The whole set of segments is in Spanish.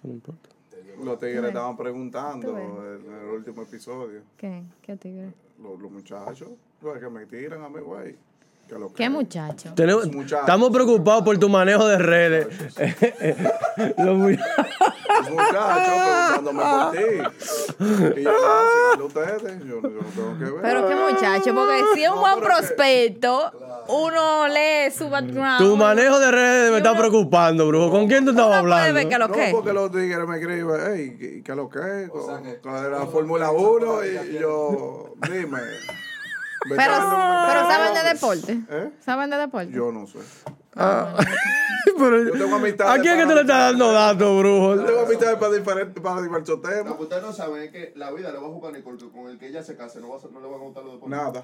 Pues los tigres ves. estaban preguntando Tú ves. en el último episodio. ¿Qué? ¿Qué tigre? Los, los muchachos, los que me tiran a mí, güey. Que lo ¿Qué que- muchacho? Tenemos- Los muchachos. estamos preocupados por tu manejo de redes. Los mu- Los muchachos preguntándome por ti. Y yo, "Ah, no, síganlo ustedes, yo, yo no tengo que ver. Pero qué muchacho, porque si es un No, pero buen que- Mm. prospecto, uno lee su background. tu manejo de redes me está preocupando, brujo. ¿Con quién tú estabas uno puede ver hablando? que lo no, que. porque los tigres me escriben, hey, ¿qué- ¿qué lo que? es? Con, con la Fórmula 1 y yo, dime. Pero, ¿me pero estás dando un mercado? saben de deporte. ¿Eh? ¿Saben de deporte? Yo no sé. Pero- Yo tengo amistades ¿A quién es que tú para- le estás dando datos, Yo tengo brujo? amistades para, diferentes, para diversos Lo temas. que ustedes no saben es que la vida le va a jugar ni porque con el que ella se case no, va a ser- no le van a gustar los deportes. Nada.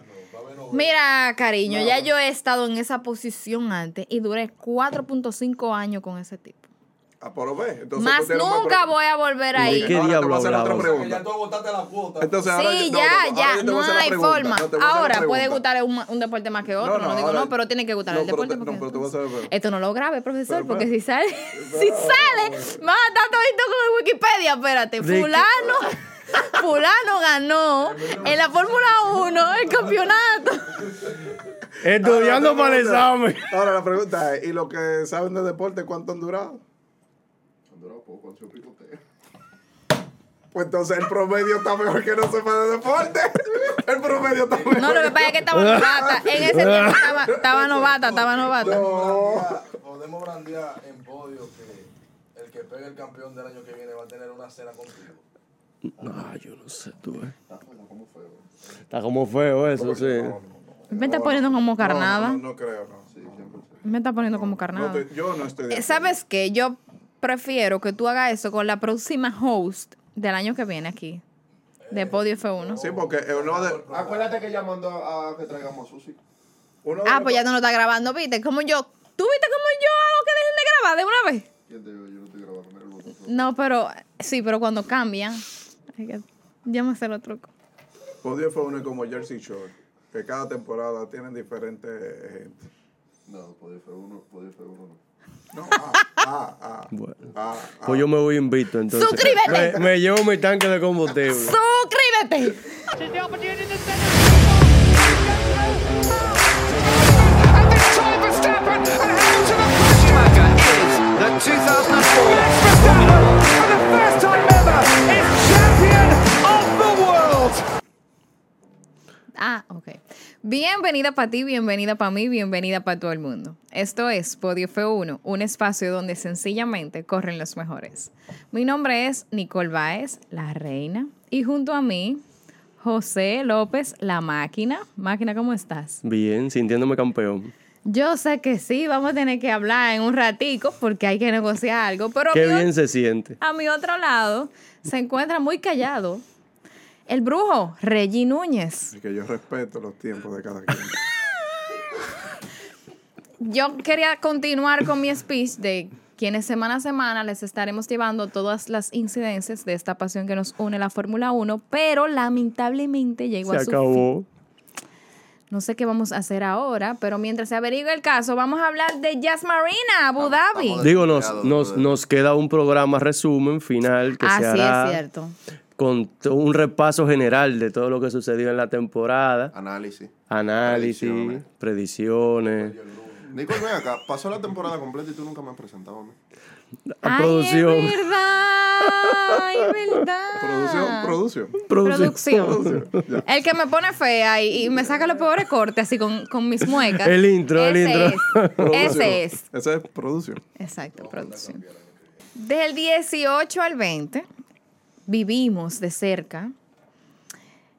Mira, cariño, ya yo he estado en esa posición antes y duré 4.5 años con ese tipo. Ah, pero ve. Entonces, Más tú tienes un buen nunca pro- voy a volver ahí. ¿De qué Ahora te voy diablo a hacer otra Que hablabas? ya pregunta. tú agotaste la cuota. Entonces, ahora sí, yo- no, ya, no, ya, ahora yo te voy no a hacer la hay pregunta, no forma. te voy a hacer la ahora puede pregunta. gustar un, un deporte más que otro, no, digo ahora- no, pero tiene que gustar no, el pero deporte. te- porque No, pero te voy a hacer la pregunta. Esto no lo grabe, profesor, Pero, porque pero- si sale, si sale, vamos a estar todito con el Wikipedia, espérate. ¿De qué? Fulano, fulano ganó en la Fórmula 1 el campeonato. Estudiando Ahora, para el otra pregunta. examen. Ahora la pregunta es, ¿y los que saben de deporte cuánto han durado? Han durado poco, han sido picoteos. Pues entonces el promedio está mejor que no sepa de deporte. El promedio está mejor. No, lo que pasa es que estaba novata. En ese tiempo estaba, estaba novata, estaba novata. No. Podemos brandear en podio que el que pegue el campeón del año que viene va a tener una cena contigo. No, Ah, yo no sé, tú. eh. ¿Cómo fue? bro? Está como feo eso, sí. Me está poniendo como carnada. No, no, no creo, no. Sí, 100%. Me está poniendo como No carnada. estoy- yo no estoy de Eh, acuerdo. ¿Sabes qué? Yo prefiero que tú hagas eso con la próxima host del año que viene aquí, de Podio F1. Sí, porque eh, uno de... Acuérdate que ella mandó a, a que traigamos a Susi. Uno de Ah, los- pues ya no lo está grabando, ¿viste? Como yo. ¿Tú viste cómo yo hago que dejen de grabar de una vez? ¿Quién te dijo? Yo no estoy grabando. Mira el botón. No, pero sí, pero cuando cambian. hay que- Yo me sé los trucos. Podio fue uno como Jersey Shore, que cada temporada tienen diferentes eh, gente. No, podía fue uno, podía fue uno. no. No, ah, ah, ah, Bueno. ah, ah. Pues yo me voy invito entonces. Me, ¡Suscríbete! me llevo mi tanque de combustible. ¡Suscríbete! This is the opportunity to send it. And this time Verstappen and Hamilton are Schumacher is the 2004 Max Verstappen for the first time ever is champion of the world. Ah, ok. Bienvenida para ti, bienvenida para mí, bienvenida para todo el mundo. Esto es Podio F1, un espacio donde sencillamente corren los mejores. Mi nombre es Nicole Báez, la reina, y junto a mí, José López, la máquina. Máquina, ¿cómo estás? Bien, sintiéndome campeón. Yo sé que sí, vamos a tener que hablar en un ratico porque hay que negociar algo, pero a Qué mi o- bien se siente. a mi otro lado se encuentra muy callado el brujo Reggie Núñez. Así que yo respeto los tiempos de cada quien. Ah. Yo quería continuar con mi speech de quienes semana a semana les estaremos llevando todas las incidencias de esta pasión que nos une la Fórmula 1, pero lamentablemente llegó Se a su fin. acabó. No sé qué vamos a hacer ahora, pero mientras se averigua el caso, vamos a hablar de Jazz Marina, Abu Dhabi. estamos Digo, nos, Complicado, nos, brother. nos queda un programa resumen final que se Así hará es cierto. con to- un repaso general de todo lo que sucedió en la temporada. Análisis. Análisis, predicciones, Nico, ven acá. Pasó la temporada completa y tú nunca me has presentado a mí. a Ay, producción. es Ah, verdad, ay, es verdad. Producción, producción. Producción. El que me pone fea y, y me saca los peores cortes así con, con mis muecas. El intro, el Ese intro. es, Producción. ese es. Ese es producción. Exacto, producción. Desde el 18 al 20 vivimos de cerca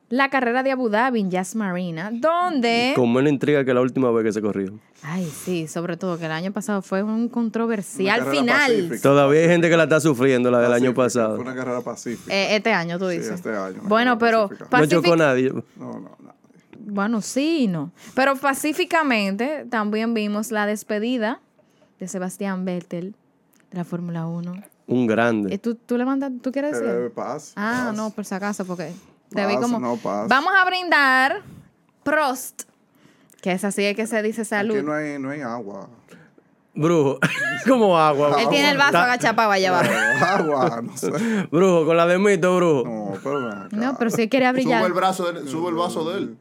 la carrera de Abu Dhabi en Jazz Marina, donde... Con menos intriga que la última vez que se corrió. Ay, sí, sobre todo que el año pasado fue un controversial carrera final. pacífica. Todavía hay gente que la está sufriendo, la del año Pacífica, pasado. Ah, Fue una carrera pacífica. Eh, este año, tú Sí, dices. este año, una Bueno, carrera pero... pacífica. No chocó pacific- nadie. No, no, no. Bueno, sí y no. Pero pacíficamente también vimos la despedida de Sebastián Vettel de la Fórmula 1. Un grande. Eh, ¿Tú, tú levantas, tú quieres Te decir? debe Eh, paz. ah, paz. no, por si acaso, porque te vi Paz, como... no, paz. Vamos a brindar Prost, que es así que se dice Aquí salud. no hay, no hay agua. Brujo, como agua. Él tiene el vaso Ta- agachapado allá abajo. Eh, Agua, no sé. Brujo, con la de mito, brujo. No, pero ven acá. No, pero si él quería brillar. Subo el, brazo de, subo el vaso de él.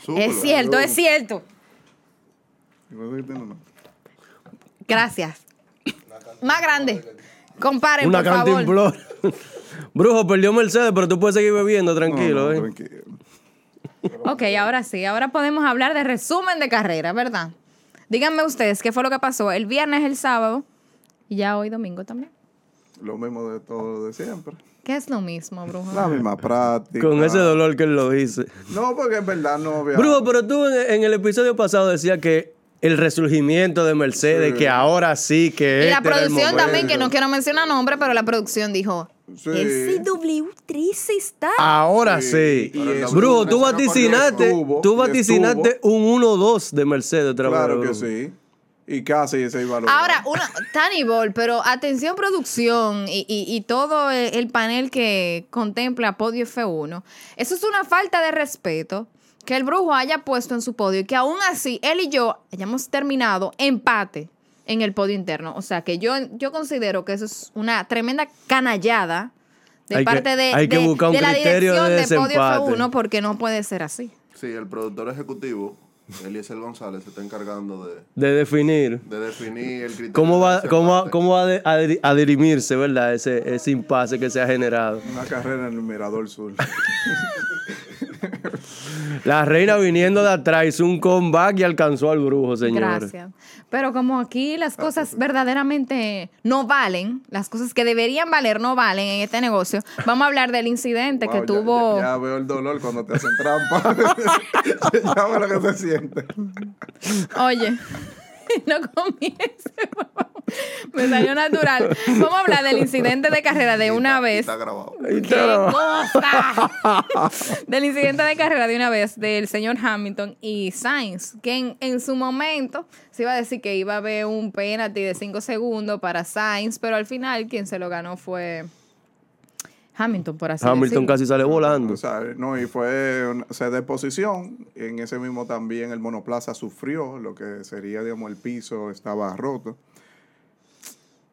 Súbelo. Es cierto, es cierto. Yo sé que tiene una- Gracias. Más grande. Comparen, Una por favor. cantimplora. brujo, perdió Mercedes, pero tú puedes seguir bebiendo, tranquilo. No, no, ¿eh? tranquilo. Ok, ahora sí, ahora podemos hablar de resumen de carrera, ¿verdad? Díganme ustedes qué fue lo que pasó el viernes, el sábado y ya hoy domingo también. Lo mismo de todo de siempre. ¿Qué es lo mismo, brujo? La misma práctica. Con ese dolor que él lo dice. No, porque en verdad no había. Brujo, pero tú en, en el episodio pasado decías que el resurgimiento de Mercedes, que ahora sí que este es. Y la producción también, que no quiero mencionar nombre, pero la producción dijo, Sí. el CW3 está... Ahora sí. Sí, y eso- Brujo, tú eso no vaticinaste, podía- estuvo, tú y vaticinaste un 1-2 de Mercedes otra vez, Claro que brujo. sí. Y casi ese iba a lograr. Ahora, una, Tani Ball, pero atención producción y, y- y todo el, el panel que contempla Podio F1. Eso es una falta de respeto que el brujo haya puesto en su podio y que aún así él y yo hayamos terminado empate en el podio interno. O sea, que yo, yo considero que eso es una tremenda canallada de Hay que- parte de, hay que de- buscar un de la criterio dirección de de Podio desempate. F1 porque no puede ser así. Sí, el productor ejecutivo, Eliezer González, se está encargando de, De definir de definir el criterio. cómo va, de cómo, va- desempate. cómo va a, de- a dir- a dirimirse, ¿verdad? Ese, ese impasse que se ha generado. Una carrera en el Mirador Sur. La reina viniendo de atrás hizo un comeback y alcanzó al brujo, señor. Gracias. Pero como aquí las Ah, cosas pues, verdaderamente no valen, las cosas que deberían valer no valen en este negocio, vamos a hablar del incidente Wow, que ya- tuvo. Ya, ya veo el dolor cuando te hacen trampa. ya veo lo que se siente. Oye, no comience, por favor. Me salió natural. Vamos a hablar del incidente de carrera de una Y vez. Está grabado. ¡Qué cosa! del incidente de carrera de una vez del señor Hamilton y Sainz, que en, en su momento se iba a decir que iba a haber un penalti de 5 segundos para Sainz, pero al final quien se lo ganó fue Hamilton, por así Hamilton decirlo. casi sale volando. O sea, no, y fue una- o sea, de posición. En ese mismo también el monoplaza sufrió, lo que sería, digamos, el piso estaba roto.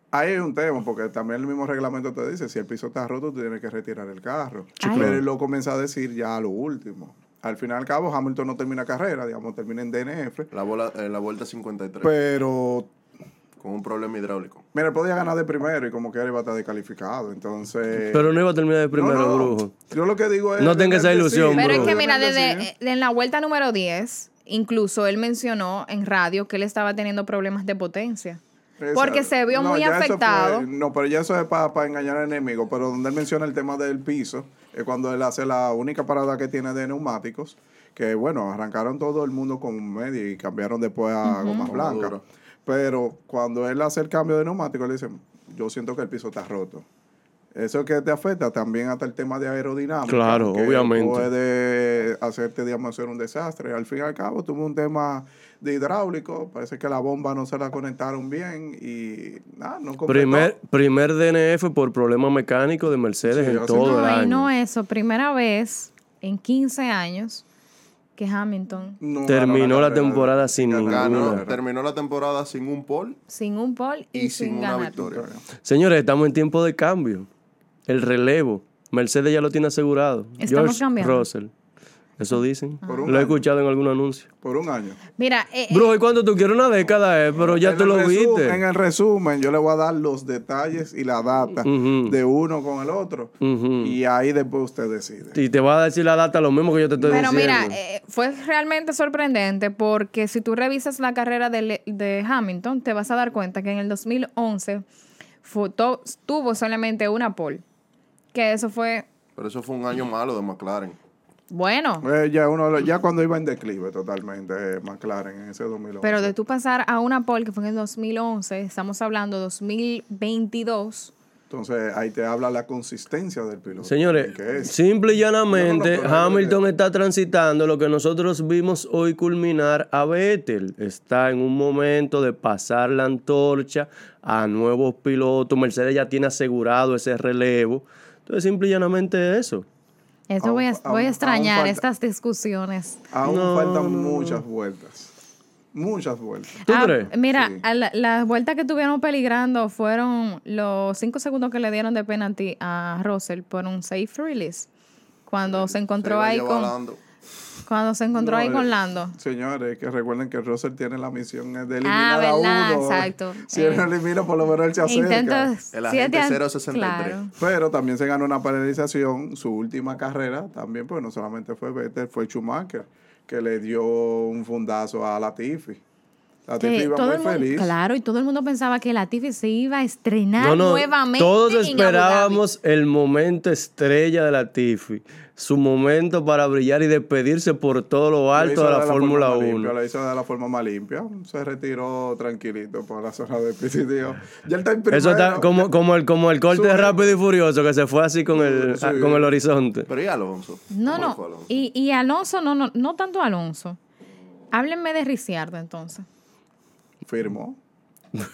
Ahí hay un tema, porque también el mismo reglamento te dice, si el piso está roto, tú tienes que retirar el carro. Sí, Ay. Pero él lo comienza a decir ya a lo último. Al final y al cabo, Hamilton no termina carrera, digamos, termina en DNF. La, bola, eh, la vuelta 53, Pues- Pero con un problema hidráulico. Mira, él podía ganar de primero y como que él iba a estar descalificado. Entonces. Pero no iba a terminar de primero, No, no. brujo. Yo lo que digo es. No tenga esa tener ilusión, decir, Pero es Brujo. que mira, tener desde decir. eh, en la vuelta número 10, incluso él mencionó en radio que él estaba teniendo problemas de potencia. Porque Exacto. se vio No, muy ya eso afectado. fue- no, pero ya eso es para engañar al enemigo. Pero donde él menciona el tema del piso, es cuando él hace la única parada que tiene de neumáticos. Que bueno, arrancaron todo el mundo con media y cambiaron después a gomas blancas. duro. Pero cuando él hace el cambio de neumático, le dicen: Yo siento que el piso está roto. Eso que te afecta también hasta el tema de aerodinámica. Claro, que obviamente. Puede hacerte, digamos, hacer un desastre. Al fin y al cabo, tuvo un tema de hidráulico. Parece que la bomba no se la conectaron bien y nada, no completó. Primer, primer DNF por problema mecánico de Mercedes Sí, en así todo el No, año. y no eso. Primera vez en 15 años que Hamilton, No Terminó ganó la temporada sin Ganó la Ganó, carrera. terminó la temporada sin un pole sin un pole y, y, sin, una ganar. victoria. eh. Señores, estamos en tiempo de cambio. El relevo. Mercedes ya lo tiene asegurado. Estamos George cambiando. Russell. Eso dicen. Por un Lo he año. escuchado en algún anuncio. Por un año. Mira, eh, eh, Brujo, ¿y cuánto tú quieres? Una década, eh, pero ya En tú el lo resumen- viste. En el resumen, yo le voy a dar los detalles y la data Ujú. de uno con el otro. Ujú. Y ahí después usted decide. Y te va a decir la data lo mismo que yo te estoy pero diciendo. mira, eh, fue realmente sorprendente porque si tú revisas la carrera de, Le- de Hamilton, te vas a dar cuenta que en el 2011 fu- to- tuvo solamente una pole. Que eso fue, Pero eso fue un año malo de McLaren. bueno, Eh, ya, uno, lo- ya cuando iba en declive totalmente, eh, McLaren en ese 2011. Pero de tú pasar a una poll que fue en el 2011, estamos hablando 2022. Entonces ahí te habla la consistencia del piloto. Señores, ¿Qué es? simple y llanamente, No, no, no, no, Hamilton no, no. está transitando lo que nosotros vimos hoy culminar a Vettel. Está en un momento de pasar la antorcha a nuevos pilotos. Mercedes ya tiene asegurado ese relevo. Entonces, simple y llanamente eso. Eso Aún- voy a, aún- voy a aún extrañar falta- estas discusiones. Aún faltan muchas vueltas. Muchas vueltas. ¿Tú Ah, crees? Mira, Sí. a la- las vueltas que estuvieron peligrando fueron los cinco segundos que le dieron de penalti a Russell por un safe release. Cuando se encontró ahí con, cuando se encontró ahí No, con eh, Lando. E Señores, que recuerden que Russell tiene la misión de Ah, eliminar verdad, a uno. exacto. Si Eh, él lo elimina, por lo menos él se acerca. Intento El siete agente an- 063. Claro. Pero también se ganó una penalización, su última carrera también, pues no solamente fue Vettel, fue Schumacher, que le dio un fundazo a Latifi. Latifi Que iba todo muy el mundo- feliz. claro, y todo el mundo pensaba que Latifi se iba a estrenar No, no, nuevamente. todos en Abu Dhabi. esperábamos el momento estrella de la Tifi, su momento para brillar y despedirse por todo lo Lo alto hizo de la, forma Fórmula más limpia, 1. Lo hizo de la forma más limpia. Se retiró tranquilito por la zona de pit. y dijo, Ya él está en primero. Eso está como, como, el, como el corte de Sube. rápido y furioso que se fue así con el, Sí. ah, con el horizonte. Pero y Alonso. No, ¿Cómo le fue a no. Alonso? Y, y Alonso, no, no, no tanto Alonso. Háblenme de Ricciardo entonces. Firmó.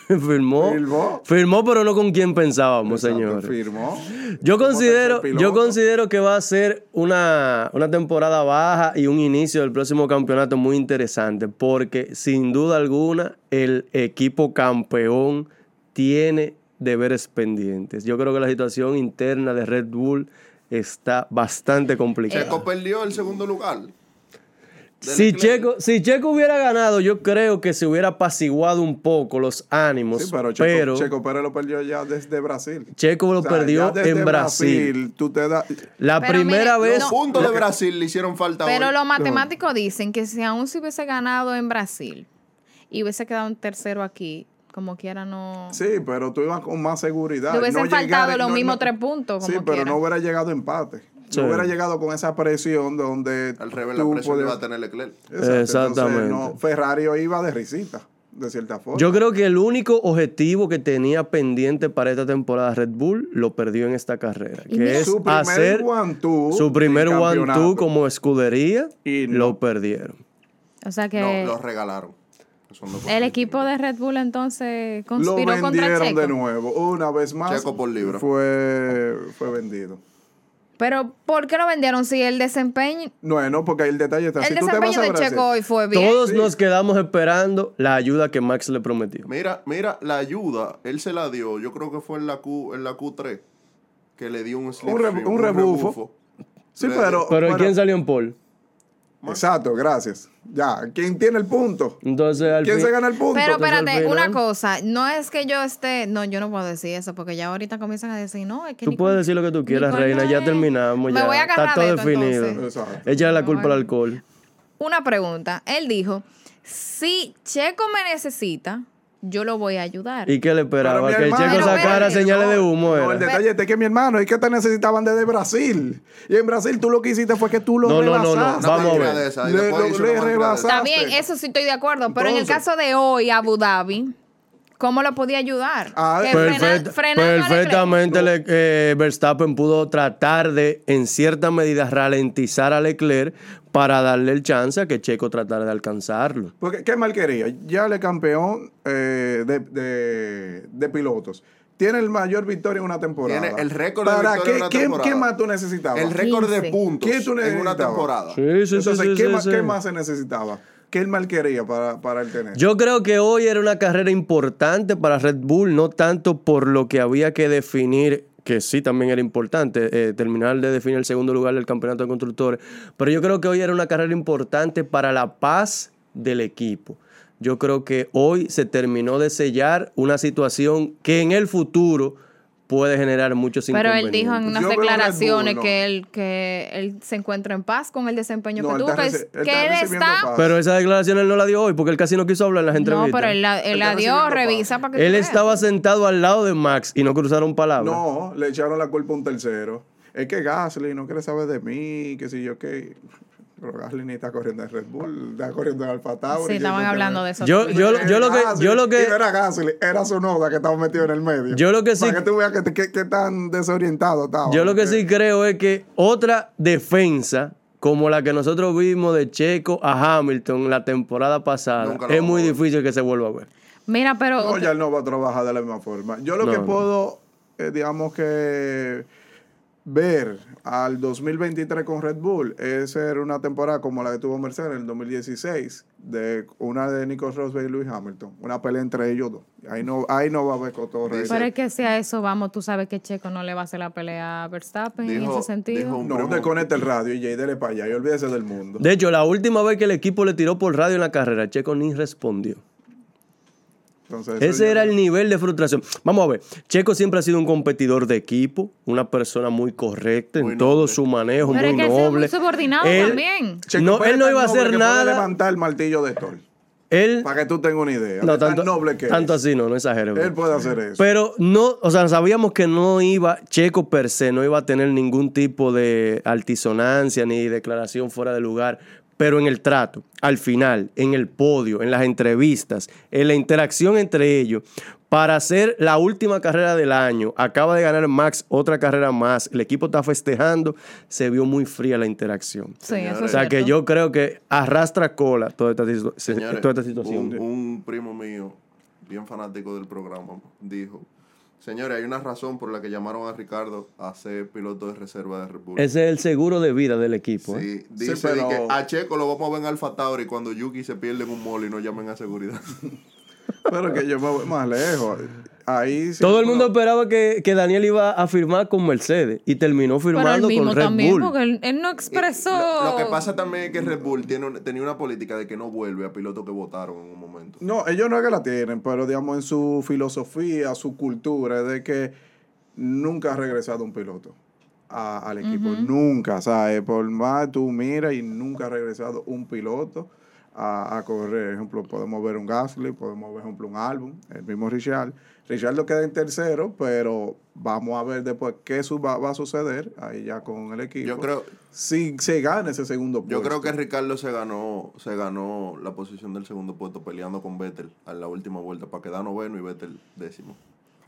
firmó, Firmó. firmó, pero no con quien pensábamos, Exacto, señores. Firmó. Yo Como considero, tercer yo piloto. considero que va a ser una, una temporada baja y un inicio del próximo campeonato muy interesante, porque sin duda alguna el equipo campeón tiene deberes pendientes. Yo creo que la situación interna de Red Bull está bastante complicada. Eh, Checo perdió el segundo lugar. Si Leclerc. Checo, si Checo hubiera ganado, yo creo que se hubiera apaciguado un poco los ánimos, Sí, pero Checo, pero Checo, Checo Pérez lo perdió ya desde Brasil. lo O sea, ya perdió desde en Brasil. Tú te das. La Pero primera mire, vez... no. Los puntos de Brasil le hicieron falta Pero hoy. los matemáticos dicen que si aún se hubiese ganado en Brasil y hubiese quedado un tercero aquí, como quiera no... Sí, pero tú ibas con más seguridad. Le hubiesen llegar- faltado los mismos tres puntos, Sí, como pero quiera. no hubiera llegado empate. Sí. No hubiera llegado con esa presión donde. Al revés, la tú presión podías- que va a tener Leclerc. Exacto, Exactamente. entonces, no, Ferrari iba de risita, de cierta forma. Yo creo que el único objetivo que tenía pendiente para esta temporada Red Bull lo perdió en esta carrera, mira- que es Su primer hacer one-two su primer del one-two campeonato. como escudería Y no. lo perdieron. O sea que No, los regalaron. Eso no fue. el equipo de Red Bull entonces Lo conspiró contra vendieron Checo. de nuevo. Una vez más. Checo por libra. Fue, fue vendido. Pero ¿por qué lo vendieron si el desempeño... Bueno, porque el detalle está. El si tú te vas desempeño a de Brasil- Checo hoy fue bien. Todos nos quedamos esperando la ayuda que Max le prometió. Mira, mira, la ayuda, él se la dio. Yo creo que fue en la, Q, en la Q3 que le dio un slip Un re- free, un rebufo. Sí, Le- pero. Pero bueno, ¿quién salió en Paul? Exacto, gracias. Ya, ¿quién tiene el punto? Entonces al ¿Quién fin- se gana el punto? Pero Entonces, al espérate, una ¿eh? final- cosa, no es que yo esté, no, yo no puedo decir eso, porque ya ahorita comienzan a decir, no, es que... Tú Nicole- puedes decir lo que tú quieras, Nicole Reina, no ya es- terminamos, Me ya voy a agarrar está todo de esto, definido. entonces. Exacto. Échale la culpa al Ay. alcohol. una pregunta. Él dijo, si Checo me necesita, yo lo voy a ayudar. ¿Y qué le esperaba? mi Que el hermano- Checo Pero sacara espérate. señales de humo. No, era. el detalle este es que mi hermano es que te necesitaban desde Brasil. Y en Brasil tú lo que hiciste fue que tú lo No, no, no, no. rebasaste. Una Vamos a mentira ver. de esa, y Le- después lo- hizo le una mentira de esa. rebasa- Está bien, eso sí estoy de acuerdo, pero en el Entonces- caso de hoy, Abu Dhabi, ¿cómo lo podía ayudar? Ah, Que frena- Perfecta- frenando a Leclerc. perfectamente Le- eh, Verstappen pudo tratar de, en cierta medida, ralentizar a Leclerc para darle el chance a que Checo tratara de alcanzarlo. Porque, ¿Qué mal quería? Ya le campeón eh, de, de- de pilotos. Tiene el mayor victoria en una temporada. Tiene el récord de victoria en qué- una ¿quién, temporada. ¿Quién más tú necesitabas? El récord de 15. puntos ¿Quién tú en una necesitabas? temporada. Sí, sí, Entonces, sí, sí, ¿qué, sí, más, sí. qué más se necesitaba? ¿Qué él mal quería para, para él tener? Yo creo que hoy era una carrera importante para Red Bull, no tanto por lo que había que definir, que sí también era importante, eh, terminar de definir el segundo lugar del campeonato de constructores, pero yo creo que hoy era una carrera importante para la paz del equipo. Yo creo que hoy se terminó de sellar una situación que en el futuro puede generar muchos Pero inconvenientes. él dijo en unas Yo veo Red Bull, declaraciones no. que, él, que él se encuentra en paz con el desempeño No, que él tuvo, está que, reci- él que él está recibiendo está... paz. Pero esa declaración él no la dio hoy porque él casi no quiso hablar en las No, entrevistas. pero él la, él Él la está dio, recibiendo paz. revisa para que Él tú veas. estaba sentado al lado de Max y no cruzaron palabras. No, le echaron la culpa a un tercero. Es que Gasly no quiere saber de mí, qué sé yo qué. Pero Gasly ni está corriendo en Red Bull, está corriendo en Alfa Tauri. Sí, que estaban no hablando tiene- de eso. Yo- también. yo lo- que- Gasly, yo lo que- y no era Gasly, era su noda que estaba metido en el medio. Yo lo que sí- Para que tú veas que, que- que tan desorientado estaba. Eh, Yo lo que porque- sí creo es que otra defensa como la que nosotros vimos de Checo a Hamilton la temporada pasada Nunca la es vamos muy a ver. difícil que se vuelva a ver. Mira, pero... No, ya él no va a trabajar de la misma forma. Yo lo No, que no. puedo, eh, digamos que ver al 2023 con Red Bull es ser una temporada como la que tuvo Mercedes en el 2016, de una de Nico Rosberg y Lewis Hamilton, una pelea entre ellos dos. Ahí no, ahí no va a haber cotorra. Dice- Pero es que si a eso vamos, tú sabes que Checo no le va a hacer la pelea a Verstappen en Dijo- ese sentido. dijo- No, desconecta el radio y ya, y dele para allá y olvídese del mundo. De hecho, la última vez que el equipo le tiró por radio en la carrera, Checo ni respondió. Entonces, eso Ese ya- era el nivel de frustración. Vamos a ver, Checo siempre ha sido un competidor de equipo, una persona muy correcta en Muy todo noble. su manejo, Pero es muy que él se ve muy noble. subordinado Él- también. Checo no, Pérez él no tan iba a noble hacer que puede nada. levantar el martillo de Thor. Él, Para que tú tengas una idea. no, de tan tanto, noble que tanto es. así no, no exageres. Él bro. puede hacer eso. Pero no, o sea, sabíamos que no iba, Checo per se, no iba a tener ningún tipo de altisonancia ni declaración fuera de lugar. Pero en el trato, al final, en el podio, en las entrevistas, en la interacción entre ellos, para hacer la última carrera del año, acaba de ganar Max otra carrera más, el equipo está festejando, se vio muy fría la interacción. Sí, eso O es sea que cierto. yo creo que arrastra cola toda esta, situ- Señores, toda esta situación. Un, un primo mío, bien fanático del programa, dijo: Señores, hay una razón por la que llamaron a Ricardo a ser piloto de reserva de República. Ese es el seguro de vida del equipo. ¿eh? Sí, dice Sí, pero- di que a Checo lo vamos a ver en Alfa Tauri cuando Yuki se pierde en un mole y no llamen a seguridad. Pero que yo me voy más lejos. Ahí sí Todo el uno- mundo esperaba que, que Daniel iba a firmar con Mercedes y terminó Pero él firmando mismo con Red también, Bull. porque él, él no Lo, expresó. lo que pasa también es que Red Bull tiene un- tenía una política de que no vuelve a pilotos que votaron en un momento. No, ellos no es que la tienen, pero digamos en su filosofía, su cultura, es de que nunca ha regresado un piloto a- al equipo. Nunca, ¿sabes? Por más tú miras y nunca ha regresado un piloto a, a correr. Por ejemplo, podemos ver un Gasly, podemos ver, por ejemplo, un álbum, el mismo Richard. Richard lo queda en tercero, pero vamos a ver después qué su- va, va a suceder ahí ya con el equipo. Yo creo- Si se gana ese segundo puesto. Yo creo que Ricardo se ganó, se ganó la posición del segundo puesto peleando con Vettel a la última vuelta para quedar noveno y Vettel décimo.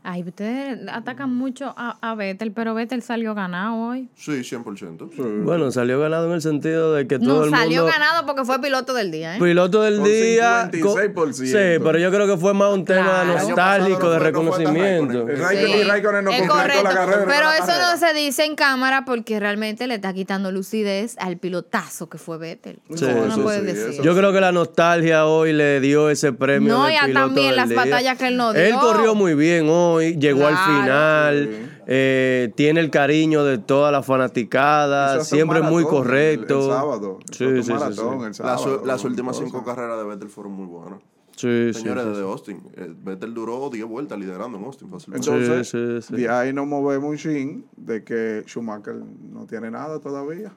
Ay, ustedes atacan mucho a, a Vettel, pero Vettel salió ganado hoy. Sí, 100%. Bueno, salió ganado en el sentido de que todo No, el mundo... salió Pues, ganado porque fue piloto del día, ¿eh? Piloto del Con día. 56%. con- Sí, pero yo creo que fue más un tema Claro. El año nostálgico pasado no de fue- no fue tan reconocimiento. icónico. Raikkonen, Sí. y Raikkonen no Es completó la correcto, carrera. Pero la eso carrera. no se dice en cámara porque realmente le está quitando lucidez al pilotazo que fue Vettel. Sí, Eso no eso puedes sí, decir. eso Yo creo que la nostalgia hoy le dio ese premio. No, de ya piloto también del las día. batallas que él no Él dio. corrió muy bien hoy, llegó al Claro. final, eh, tiene el cariño de toda la fanaticada, Hizo hasta un Ah, siempre muy maratón correcto. El, el sábado. Sí, Hizo sí, un sí, sí. maratón el La su- sábado, las últimas cosa. cinco carreras de Vettel fueron muy buenas. Sí, sí, Señores, sí, desde Austin. eh, Vettel duró 10 vueltas liderando en Austin fácilmente. Entonces, Sí, sí, sí. de ahí nos movemos un chin de que Schumacher no tiene nada todavía.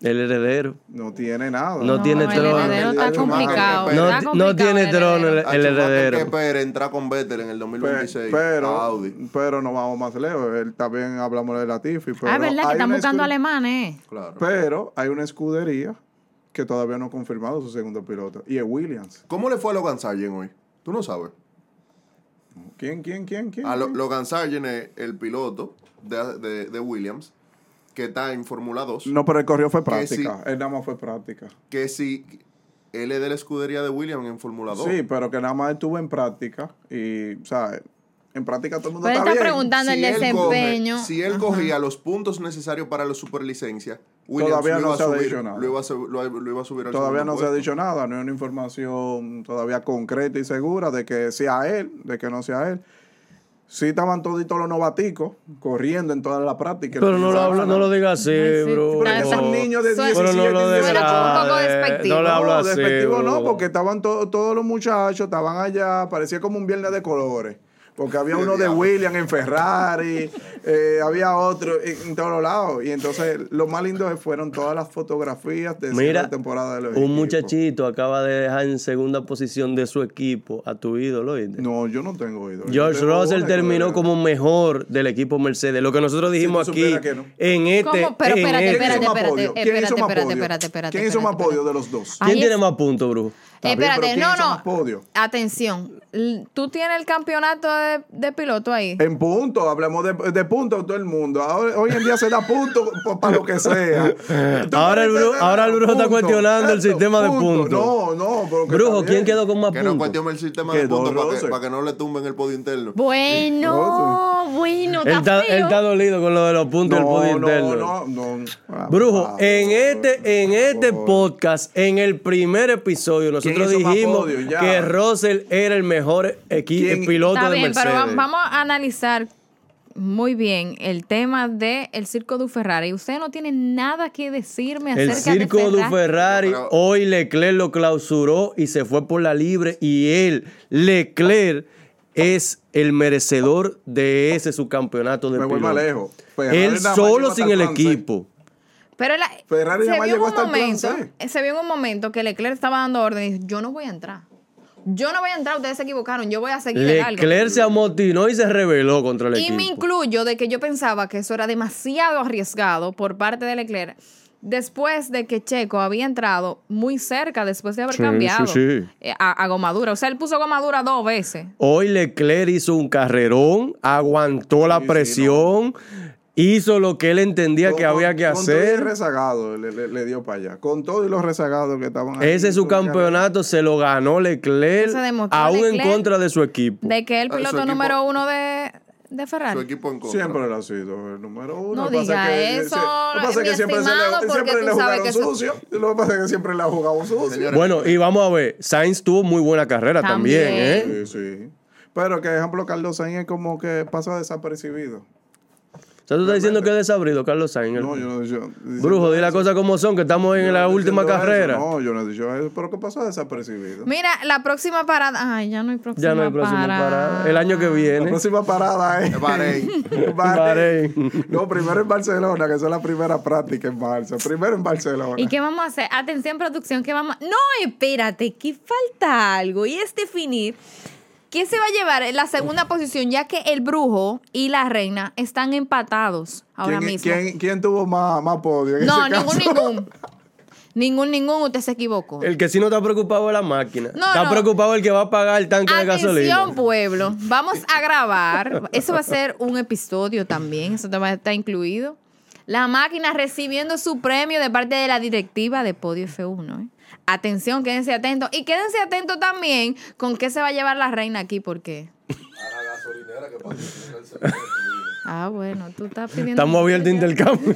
El heredero. No tiene nada. No tiene el trono. heredero está Schumacher, complicado. Schumacher, No, está no complicado tiene el trono el, heredero. A el Schumacher heredero. que Pérez entra con Vettel en el Pe- 2026 pero, a Audi. pero nos vamos más lejos. Él, también hablamos de Latifi. Pero Ah, es verdad que hay están una buscando escu- alemanes. Claro. Pero hay una escudería que todavía no ha confirmado su segundo piloto. Y es Williams. ¿Cómo le fue a Logan Sargent hoy? Tú no sabes. ¿Quién, quién, quién, quién? A Lo- quién? Logan Sargent es el piloto de, de- de Williams que está en Fórmula 2. No, pero el correo fue Que sí. práctica. Él nada más fue práctica. Que si él es de la escudería de Williams en Fórmula 2. Sí, pero que nada más estuvo en práctica y, o sea, en práctica todo el mundo Pero está está bien. preguntando el él desempeño. coge- si él cogía los puntos necesarios para la superlicencia, Williams Todavía lo, no iba a se ha subir, dicho nada. lo iba a sub- lo iba- lo iba a subir al Todavía segundo no se ha puesto. dicho nada, no hay una información todavía concreta y segura de que sea él, de que no sea él. Sí estaban toditos los novaticos corriendo en toda la práctica. Pero no lo, habla- no lo diga así, Ay, sí, bro. Pero que Claro, son niños de Suena- 17, Pero no lo Suena como un poco degrade, despectivo. No lo hablo No, así. despectivo no, bro. porque estaban to- todos los muchachos, estaban allá, parecía como un viernes de colores. Porque había uno de William en Ferrari, eh, había otro en, en todos lados. Y entonces lo más lindo fueron todas las fotografías de Mira, la temporada de los un equipos. muchachito acaba de dejar en segunda posición de su equipo a tu ídolo, ¿oíste? No, yo no tengo oído. George Yo tengo Russell una que terminó todavía- como mejor del equipo Mercedes. Lo que nosotros dijimos tú aquí supieras que no. en este. ¿Cómo? Pero en este- espérate, ¿Quién hizo espérate, más espérate, podio? ¿Quién hizo espérate, más espérate, podio? espérate, espérate, ¿Quién hizo más espérate, podio de los dos? ¿Quién Ahí tiene es- más puntos, bro? Está bien, Espérate, pero ¿quién no, hizo no. más podio? Atención, L- tú tienes el campeonato de, de piloto ahí. En punto, hablamos de, de punto todo el mundo. Ahora- hoy en día se da punto po- para lo que sea. Tú Eh, Ahora el me Bru- dices, ahora el Brujo está punto, cuestionando el sistema de punto. No, no, porque Brujo, también- ¿quién quedó con más Que no puntos? cuestione el sistema Quedó de puntos para roce. que, pa' que no le tumben el podio interno. Bueno, bueno, Él está está, él feo. está dolido con lo de los puntos del podio interno. No, no, no. Ah, Brujo, por en favor. este, en este favor. podcast, en el primer episodio, nosotros hizo más dijimos podio? Ya. que Russell era el mejor equi- ¿Quién? piloto Está de bien, pero Mercedes. va- vamos a analizar muy bien el tema del el circo du Ferrari. Usted no tiene nada que decirme el acerca circo de du Ferrari. Ferrari, Pero- hoy Leclerc lo clausuró y se fue por la libre y él, Leclerc, es el merecedor de ese subcampeonato de Me voy piloto. más lejos. Ferrari Él nada más solo llegó hasta sin el el plan seis. equipo. Pero la- Ferrari se nada más vio en llegó un hasta el plan momento, C. se vio en un momento que Leclerc estaba dando órdenes, y dijo, yo no voy a entrar. Yo no voy a entrar, ustedes se equivocaron, yo voy a seguir de largo". Leclerc se amotinó y se rebeló contra el Y equipo. me incluyo de que yo pensaba que eso era demasiado arriesgado por parte de Leclerc. Después de que Checo había entrado muy cerca, después de haber Sí, cambiado sí, sí. eh, A, a gomadura. O sea, él puso gomadura dos veces. Hoy Leclerc hizo un carrerón, aguantó la Sí, sí, presión, hizo lo que él entendía que Con- había que con Todo y hacer. rezagado le, le- le dio para allá. Con todo y los rezagados que estaban ahí, Ese es su con la- campeonato, se lo ganó Leclerc, Eso demostró aún en Leclerc. contra de su equipo. De que el Ah, su piloto equipo- número uno de, de Su Ferrari. equipo en contra. Siempre lo ha sido el número uno. No Lo que pasa diga que- eso, sí, Lo que pasa es mi que siempre, se estimado, le, porque siempre tú le sabes jugaron que eso- sucio. Lo que pasa es que siempre le ha jugado sucio. Señores, Bueno, y vamos a ver, Sainz tuvo muy buena carrera también, También. ¿eh? Sí, sí. Pero que, por ejemplo, Carlos Sainz es como que pasa desapercibido. O sea, tú estás diciendo que es desabrido Carlos Sainz. el- No, yo no he dicho. Brujo, di las cosas como son, que estamos en Yo la no estoy última diciendo carrera. eso. No, yo no he dicho eso. Pero que pasa desapercibido. Mira, la próxima parada. Ay, ya no hay próxima ya no hay próxima parada. El año que La viene. próxima parada es. Es Bahrein. Bahrein. Bahrein. No, primero en Barcelona, que esa es la primera práctica en marzo. Primero en Barcelona. ¿Y qué vamos a hacer? Atención, producción, ¿qué vamos a- No, espérate, que falta algo. Y es definir quién se va a llevar en la segunda posición, ya que el brujo y la reina están empatados ahora ¿Quién, mismo. quién- quién tuvo más, más podio? en No, ese caso? ningún, ningún. Ningún, ningún, usted se equivocó. El que sí no está preocupado es la máquina. No, está no. preocupado el que va a pagar el tanque de gasolina. Atención, pueblo. Vamos a grabar. Eso va a ser un episodio también. Eso también está incluido. La máquina recibiendo su premio de parte de la directiva de Podio F1. ¿eh? Atención, quédense atentos. Y quédense atentos también con qué se va a llevar la reina aquí, porque. A la gasolinera que patrocinó el seguro de tu vida. Ah, bueno, tú estás pidiendo. Estamos abiertos a intercambio.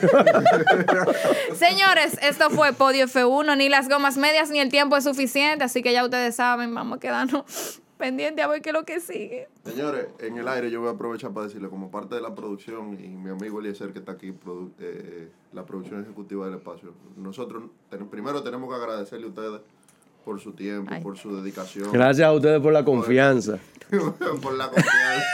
Señores, esto fue Podio F1. Ni las gomas medias ni el tiempo es suficiente. Así que ya ustedes saben, vamos a quedarnos pendientes a ver qué es lo que sigue. Señores, en el aire yo voy a aprovechar para decirle, como parte de la producción y mi amigo Eliezer que está aquí, produ- eh, la producción ejecutiva del espacio, nosotros ten- primero tenemos que agradecerle a ustedes por su tiempo, Ay. por su dedicación, Gracias a ustedes por la confianza. por la confianza.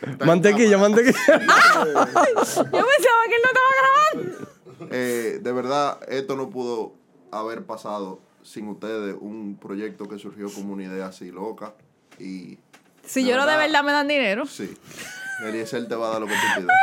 Está en Mantequilla, cámara. mantequilla. Yo pensaba que él no estaba grabando. Eh, de verdad, esto no pudo haber pasado sin ustedes, un proyecto que surgió como una idea así loca y... Si yo no de verdad me dan dinero. Sí. Eliezer te va a dar lo que tú pidas.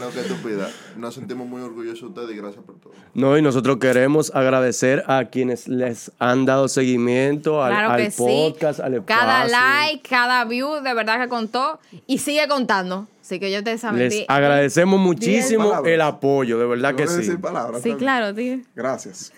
lo que tú pidas. Nos sentimos muy orgullosos de ustedes y gracias por todo. No, y nosotros queremos agradecer a quienes les han dado seguimiento al, Claro al que podcast, sí. al espacio. Cada like, cada view, de verdad que contó y sigue contando. Así que yo te saben. Les di- agradecemos muchísimo palabras. el apoyo, de verdad Ah, que Yo voy a sí. decir palabras, Sí, pero- claro, tío. Gracias.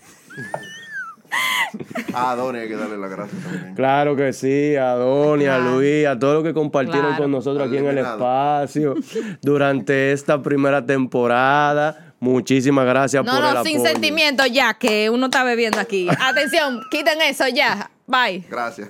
A Donny Ah, hay que darle las gracias también. Claro que sí, a Donny, a Claro. Luis, a todos los que compartieron Claro. con nosotros aquí en el Eliminado. espacio durante esta primera temporada. Muchísimas gracias No, por el no, sin apoyo. sentimiento ya, que uno está bebiendo aquí. Atención, quiten eso ya. Bye. Gracias.